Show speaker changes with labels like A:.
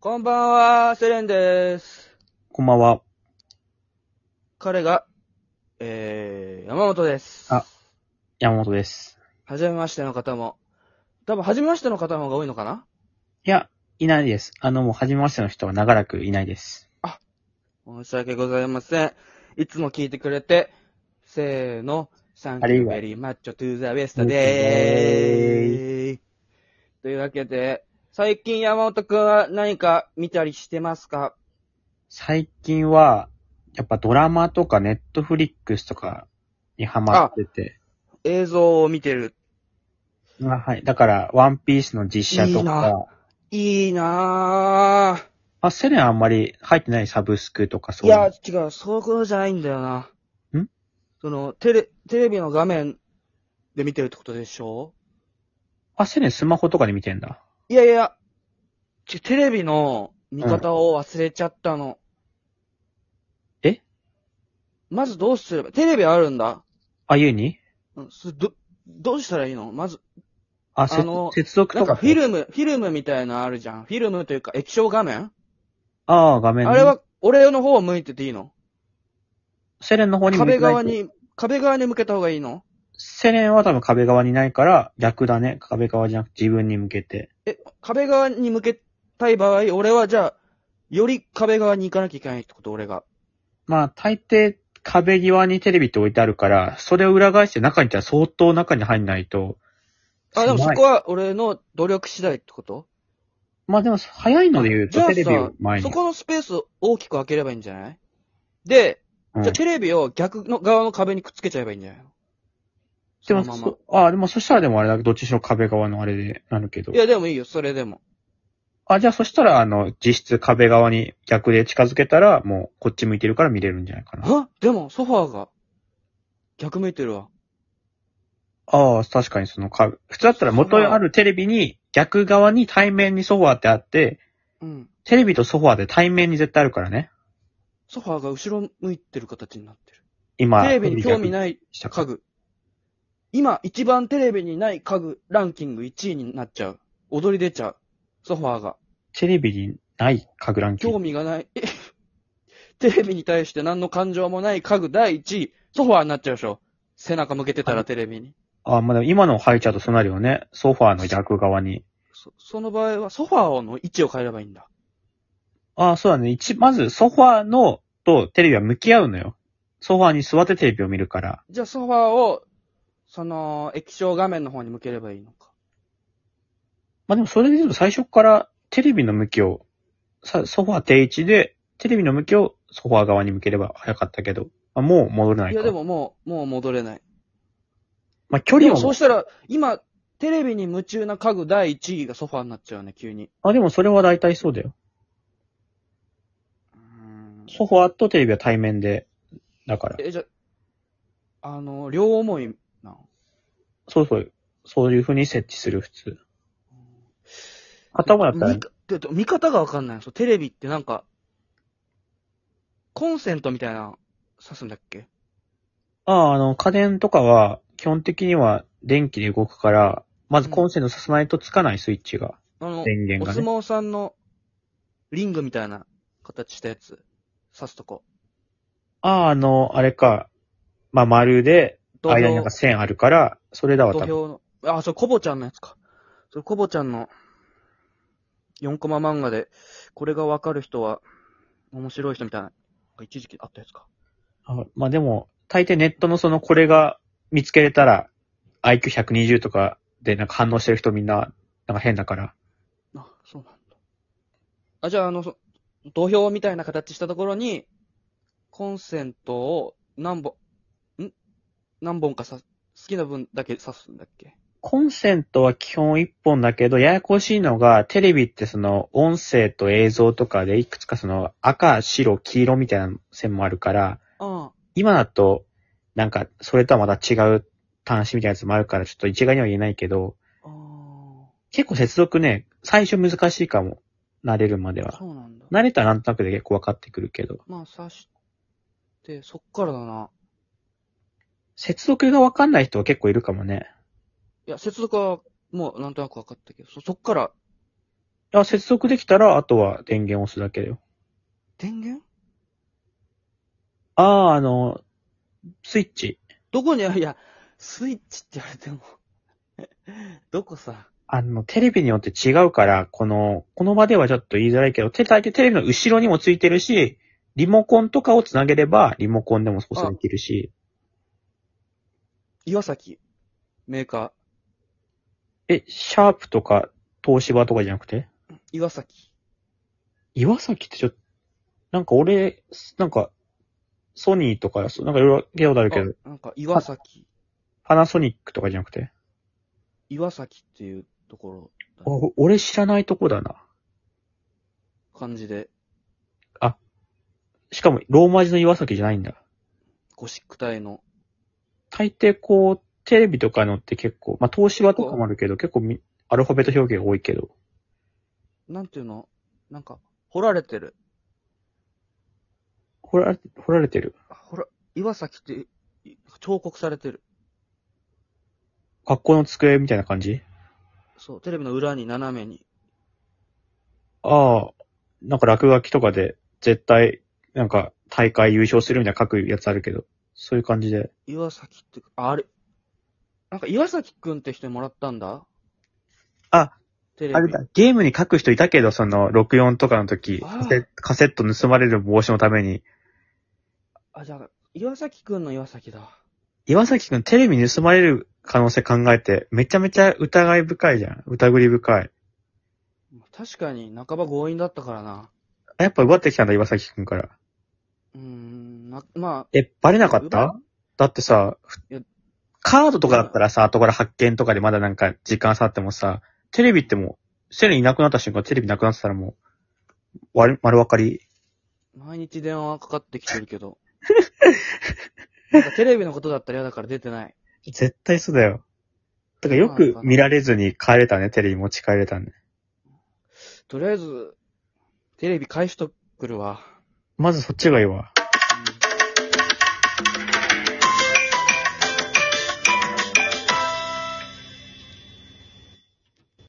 A: こんばんは、セレンです。
B: こんばんは。
A: 彼が、えー、山本です。
B: あ山本です。
A: はじめましての方も、多分、はじめましての方の方が多いのかない
B: や、いないです。あの、もう、初めましての人は長らくいないです。
A: 申し訳ございません。いつも聞いてくれて、せーの、サンキ
B: あり
A: ュー
B: がとう
A: ベリーマッチョトゥーザウエストでーす。というわけで、最近山本くんは何か見たりしてますか
B: 最近は、やっぱドラマとかネットフリックスとかにハマってて。
A: 映像を見てる。
B: あはい。だから、ワンピースの実写
A: いい
B: とか、
A: ないいなぁ。
B: あ、セレンあんまり入ってないサブスクとかそう
A: い
B: いう。
A: や、違う、そういうことじゃないんだよな。
B: ん
A: その、テレ、テレビの画面で見てるってことでしょ
B: あ、セレンスマホとかで見てんだ。
A: いやいや、ちテレビの見方を忘れちゃったの。
B: うんえ
A: まずどうすれば、テレビあるんだ。
B: あ、家に
A: うん、すど、どうしたらいいのまず、
B: あ、せ
A: あの
B: 接続
A: なん
B: と
A: か
B: か。
A: フィルム、フィルムみたいなのあるじゃん。フィルムというか液晶画面
B: ああ、画面に
A: あれは、俺の方を向いてていいの
B: セレンの方に向い
A: 壁
B: てないと
A: 側。に、壁側に向けた方がいいの
B: セレンは多分壁側にないから、逆だね。壁側じゃなくて自分に向けて。
A: え、壁側に向けたい場合、俺はじゃあ、より壁側に行かなきゃいけないってこと、俺が。
B: まあ、大抵壁際にテレビって置いてあるから、それを裏返して中にいたら相当中に入んないと。
A: あ、でもそ
B: 狭い
A: こは俺の努力次第ってこと
B: まあでも、早いので言う
A: じゃあ
B: とテレビを
A: さ、
B: 前
A: そ
B: に。
A: このスペースを大きく開ければいいんじゃないで、
B: うん
A: じゃあテレビを逆の側の壁にくっつけちゃえばいいんじゃないの
B: でも、
A: そのま
B: そあ、でもそしたらでもあれだけど、どっちにしろ壁側のあれでなるけど
A: ま。い。や、でもいいよ、それでも。
B: あ、じゃあそしたら、あの、実質壁側に逆で近づけたら、もうこっち向いてるから見れるんじゃないかな。
A: あでも、ソファーが、逆向いてるわ。
B: ああ、確かにそのか、普通だったら元にあるテレビに逆側に対面にソファーってあって、
A: うん。
B: テレビとソファーで対面に絶対あるからね。
A: ソファーが後ろ向いてる形になってる。
B: 今、
A: テレビに興味
B: い。
A: ない家具。今、一番テレビにない家具ランキング1位になっちゃう。踊り出ちゃう。ソファーが。
B: テレビにない家具ランキング
A: 興。味がない。 えテレビに対して何の感情もない家具第1位、ソファーになっちゃうでしょ。背中向けてた
B: は
A: ら
B: い
A: テレビに。
B: あ、まあ、でも今の入っちゃうとそうなるよね。ソファーの逆側に。
A: そ、その場合は、ソファーの位置を変えればいいんだ。
B: あ、そうだね。一、まずソファーのとテレビは向き合うのよ。ソファーに座ってテレビを見るから。
A: じゃあソファーを、その、液晶画面の方に向ければいいのか。
B: まあ、でもそれで言うと最初からテレビの向きを、さソファー定位置で、テレビの向きをソファー側に向ければ早かったけど、まあ、もう戻れない
A: い
B: か。
A: やでももう、もう戻れない。
B: まあ、距
A: で
B: 離
A: も
B: を
A: そうしたら、今、テレビに夢中な家具第1位がソファーになっちゃうね、急に。
B: あ、でもそれは大体そうだよ。
A: うーん
B: ソファーとテレビは対面で、だから。
A: え、じゃあ、あの、両思いなの
B: そうそう。そういう風に設置する、普通。頭だったら
A: 見かてか見方がわかんない。そう、テレビってなんか、コンセントみたいな、刺すんだっけ
B: ああ、あの、家電とかは、基本的には電気で動くから、まずコンセントさせないとつかないスイッチが、
A: あの、
B: 電
A: お
B: 源が
A: 相
B: ね。
A: 撲さんの、リングみたいな形したやつ、刺すとこ。
B: ああ、あの、あれか、まあ、丸で、
A: 土
B: 間にな
A: 俵
B: んか、線あるから、それだわ、
A: 土
B: 多分。
A: 俵の、あ、それコボちゃんのやつか。それコボちゃんの、4コマ漫画で、これがわかる人は、面白い人みたいな、一時期あったやつか。
B: あまあ、でも、大抵ネットのその、これが見つけれたら、IQ120 とかでなんか反応してる人みんな、なんか変だから。
A: あ、そうなんだ。あ、じゃあ、あの、そ土俵みたいな形したところに、コンセントを何本、ん何本かさ、好きな分だけ刺すんだっけ
B: コンセントは基本1本だけど、ややこしいのが、テレビってその、音声と映像とかで、いくつかその、赤、白、黄色みたいな線もあるから、
A: あ
B: 今だと、なんか、それとはまた違う端子みたいなやつもあるから、ちょっと一概には言えないけど、
A: あ、あ
B: 結構接続ね、最初難しいかも。慣れるまで
A: あ、
B: は。
A: そうなんだ。
B: 慣れたらなんとなくで結構分かってくるけど。
A: まあ、刺して、そっからだな。
B: 接続が分かんない人は結構いるかもね。
A: いや、接続は、もう、なんとなく分かったけど、そ、そっから、
B: あ、接続できたら、あとは電源押すだけだよ。
A: 電源
B: ああ、あの、スイッチ。
A: どこにあるいや、スイッチって言われても。 どこさ。
B: あの、テレビによって違うから、この、この場ではちょっと言いづらいけど、手大抵テレビの後ろにもついてるし、リモコンとかをつなげれば、リモコンでも操作できるし、
A: 岩崎。メーカ
B: え、シャープとか、東芝とかじゃなくて
A: ー。岩崎。
B: 岩崎ってちょっと、なんか俺、なんか、ソニーとか、そうなんかいろいろゲオだるけど、
A: あなんか岩崎。
B: パナソニックとかじゃなくて。
A: 岩崎っていうところだね、
B: お俺知らないとこだな。
A: 感じで、
B: しかも、ローマ字の岩崎じゃないんだ。
A: ゴシック体の。
B: 大抵こう、テレビとかのって結構、まあ、東芝とかもあるけど、結構み、アルファベット表現が多いけど、
A: なんていうのなんか、掘られてる。
B: 掘られ、掘られてる。
A: あほら、岩崎って、い彫刻されてる。
B: 学校の机みたいな感じ
A: そう、テレビの裏に斜めに。
B: ああ、なんか落書きとかで、絶対、なんか、大会優勝するみたいな書くやつあるけど、そういう感じで。
A: 岩崎って、ああれ。なんか岩崎くんって人にもらったんだ
B: あ、
A: テレビ。
B: あれだ、ゲームに書く人いたけど、その、64とかの時、
A: ああ
B: カセカセット盗まれる防止のために、
A: あ、じゃあ、岩崎くんの岩崎だ。
B: 岩崎くんテレビ盗まれる可能性考えて、めちゃめちゃ疑い深いじゃん。疑り深い。
A: 確かに、半ば強引だったからな。
B: あやっぱ奪ってきたんだ、岩崎くんから。
A: うーん、な、ま
B: え、バレなかっ
A: 奪
B: ただってさ
A: いや、
B: カードとかだったらさ、後から発見とかでまだなんか時間差あってもさ、テレビってもう、セレンいなくなった瞬間テレビなくなってたらもう、わる丸分かり。
A: あ、毎日電話かかってきてるけど。なんかテレビのことだったら嫌だから出てない。
B: 絶対そうだよ。だからよ
A: そうなの
B: く
A: かな
B: 見られずに帰れたね、テレビ持ち帰れたね。
A: とりあえず、テレビ返しとくるわ。
B: まずそっちがいいわ。